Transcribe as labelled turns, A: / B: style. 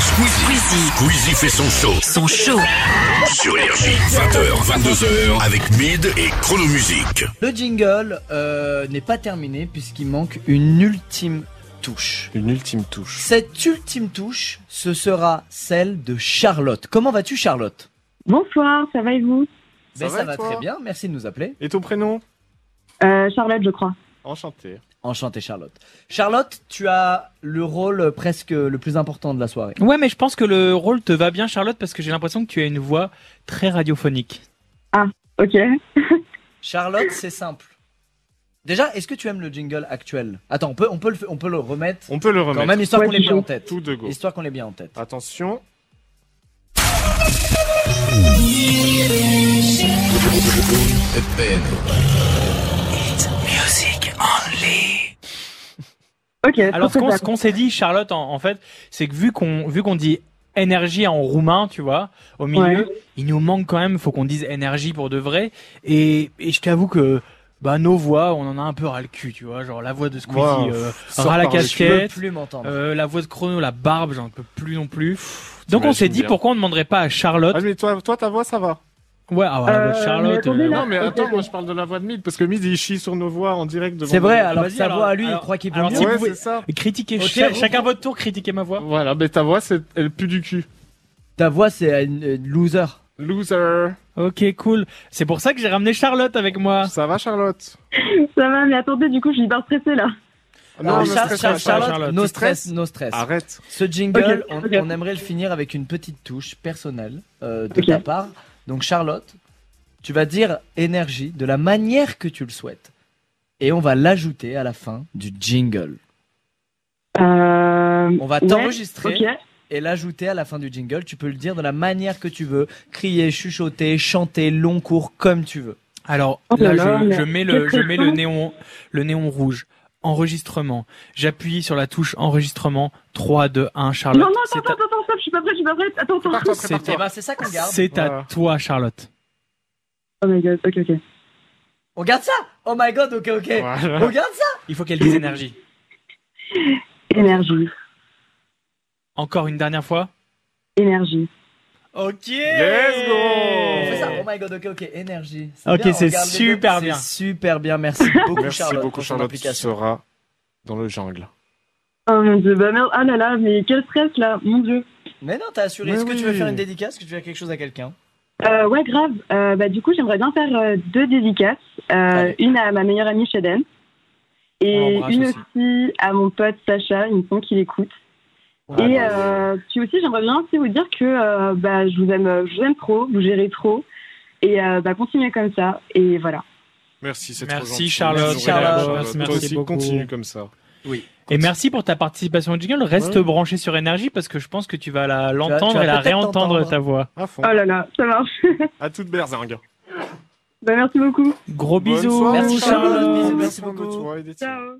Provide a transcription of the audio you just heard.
A: Squeezie. Squeezie. fait son show
B: Son show.
A: sur Énergie. 20h, 22h avec Mid et Chronomusique.
C: Le jingle euh, n'est pas terminé puisqu'il manque une ultime touche.
D: Une ultime touche.
C: Cette ultime touche, ce sera celle de Charlotte. Comment vas-tu Charlotte
E: Bonsoir, ça va et vous
C: Ben,
D: va
C: ça
D: et
C: va
D: toi
C: très bien, merci de nous appeler.
D: Et ton prénom
E: Euh, Charlotte, je crois.
D: Enchanté.
C: Enchantée Charlotte. Charlotte, tu as le rôle presque le plus important de la soirée.
F: Ouais, mais je pense que le rôle te va bien, Charlotte, parce que j'ai l'impression que tu as une voix très radiophonique.
E: Ok.
C: Charlotte, c'est simple. Déjà, est-ce que tu aimes le jingle actuel Attends, on peut, on, peut le, on peut le remettre
D: On peut le
C: quand
D: remettre.
C: même, histoire
E: Ouais,
C: qu'on l'ait bien en
E: toujours.
C: tête.
D: Tout de go.
C: Histoire qu'on l'ait bien en tête.
D: Attention.
E: Ok.
F: Alors, ce qu'on
E: ça.
F: ce qu'on s'est dit, Charlotte, en, en fait, c'est que vu qu'on vu qu'on dit énergie en roumain, tu vois, au milieu,
E: Ouais.
F: il nous manque quand même, faut qu'on dise énergie pour de vrai. Et, et je t'avoue que bah, nos voix, on en a un peu ras le cul, tu vois, genre la voix de Squeezie,
D: Wow.
F: euh,
D: Sors
F: ras la
D: par le
C: Tu peux
F: casquette,
C: plus m'entendre.
F: euh, la voix de Chrono, la barbe, j'en peux plus non plus. Donc on
D: t'imagines
F: s'est dit
D: bien.
F: pourquoi on ne demanderait pas à Charlotte.
D: Ah mais toi, toi ta voix ça va.
F: Ouais, ah, ouais, la voix de
E: Euh, mais
F: Charlotte.
E: attendez,
F: euh,
E: là,
D: Non mais
E: ok,
D: attends,
E: ok.
D: moi je parle de la voix de Mid parce que Mid il chie sur nos voix en direct devant.
C: C'est vrai,
D: nous.
C: alors que
F: Vas-y,
C: sa
F: alors-
C: voix à lui, il
F: alors-
C: croit qu'il peut
F: alors,
C: mieux.
F: si
D: ouais,
F: vous-
D: c'est ça.
F: Critiquez,
C: Ok,
F: cha-
C: vous-
F: chacun votre tour, critiquez ma voix.
D: Voilà, mais ta voix c'est elle pue du cul.
C: Ta voix, c'est une une loser.
D: Loser.
F: Ok, cool. C'est pour ça que j'ai ramené Charlotte avec moi.
D: Ça va Charlotte
E: Ça va, mais attendez, du coup, je suis hyper stressée là. Ah
C: Non,
D: ne
C: Char-
D: stresse
C: Char-
D: pas,
C: Ah, Charlotte,
F: Charlotte.
C: no
D: Tu
C: stress,
D: stresses
C: no stress.
F: Ah.
D: Arrête.
C: Ce jingle,
E: Ok,
C: on,
E: ok.
C: on aimerait le finir avec une petite touche personnelle euh, de
E: Ok.
C: ta part. Donc Charlotte, tu vas dire énergie de la manière que tu le souhaites. Et on va l'ajouter à la fin du jingle.
E: Euh...
C: On va
E: ouais,
C: t'enregistrer
E: Ok.
C: et l'ajouter à la fin du jingle. Tu peux le dire de la manière que tu veux. Crier, chuchoter, chanter, long cours, comme tu veux.
F: Alors
E: Oh
F: là,
E: là là,
F: je,
E: mais
F: je mets le,
E: qu'est-ce
F: je
E: que
F: mets
E: je
F: le
E: fais
F: néon, le néon rouge. Enregistrement. J'appuie sur la touche enregistrement. 3, 2, 1, Charlotte.
E: Non, non,
F: c'est
E: attends,
F: à,
E: attends, attends, stop, je suis pas prête, je suis pas prête. Attends, attends.
D: Prépare-toi,
F: C'est-
C: Eh
D: prépare-toi.
C: ben, c'est ça qu'on garde.
F: c'est à
D: Voilà.
F: toi, Charlotte.
E: Oh my god, ok, ok.
C: On garde ça Oh my god, ok, ok.
D: Voilà.
C: On garde ça
F: Il faut qu'elle dise énergie.
E: Énergie,
F: Encore une dernière fois.
E: énergie.
F: Ok.
D: Let's go
C: On fait ça. Oh my god, ok, ok, énergie.
F: Ok,
C: bien, on
F: c'est
C: garde les deux.
F: super
C: C'est
F: bien.
C: super bien, merci beaucoup
D: Merci
C: Charlotte.
D: beaucoup
C: pour ton
D: Charlotte qui
C: implication.
D: sera dans le jungle.
E: Oh mon dieu, bah merde, ah là là, mais quel stress là, mon dieu.
C: Mais non, t'as assuré.
D: Mais
C: Est-ce que tu veux
D: oui.
C: faire une dédicace Est-ce que tu veux faire quelque chose à quelqu'un
E: Euh, ouais, grave. Euh, bah, du coup, j'aimerais bien faire euh, deux dédicaces. Euh,
C: Allez.
E: une à ma meilleure amie Shaden.
F: On
E: Et
F: l'embrasse
E: une
F: aussi.
E: aussi. à mon pote Sacha, il me semble qu'il écoute. Et
D: Ah,
E: euh, puis aussi, j'aimerais bien aussi vous dire que euh, bah, je vous aime, euh, je vous aime trop, vous gérez trop, et euh, bah, continuez comme ça. Et voilà.
D: Merci, c'est
F: Merci,
D: trop gentil.
F: Charlotte.
D: Merci,
C: Charlotte.
F: Merci,
D: Toi
F: merci
D: aussi,
F: beaucoup.
D: Continue comme ça.
F: Et merci pour ta participation au jingle. Reste
D: Ouais.
F: branché sur énergie parce que je pense que tu vas la-
C: vas- tu
F: l'entendre
C: vas
F: et la
C: peut-être
F: réentendre
C: l'entendre.
F: ta voix.
D: À fond.
E: Oh là là, ça marche.
D: À toute berzingue.
E: bah, merci beaucoup.
F: Gros
D: Bonne
F: bisous.
D: soirée,
C: Merci, Charlotte.
D: Charlotte.
C: Bisous,
D: Prends
C: merci
D: soin de
C: beaucoup.
D: toi et des tiens.
E: Ciao.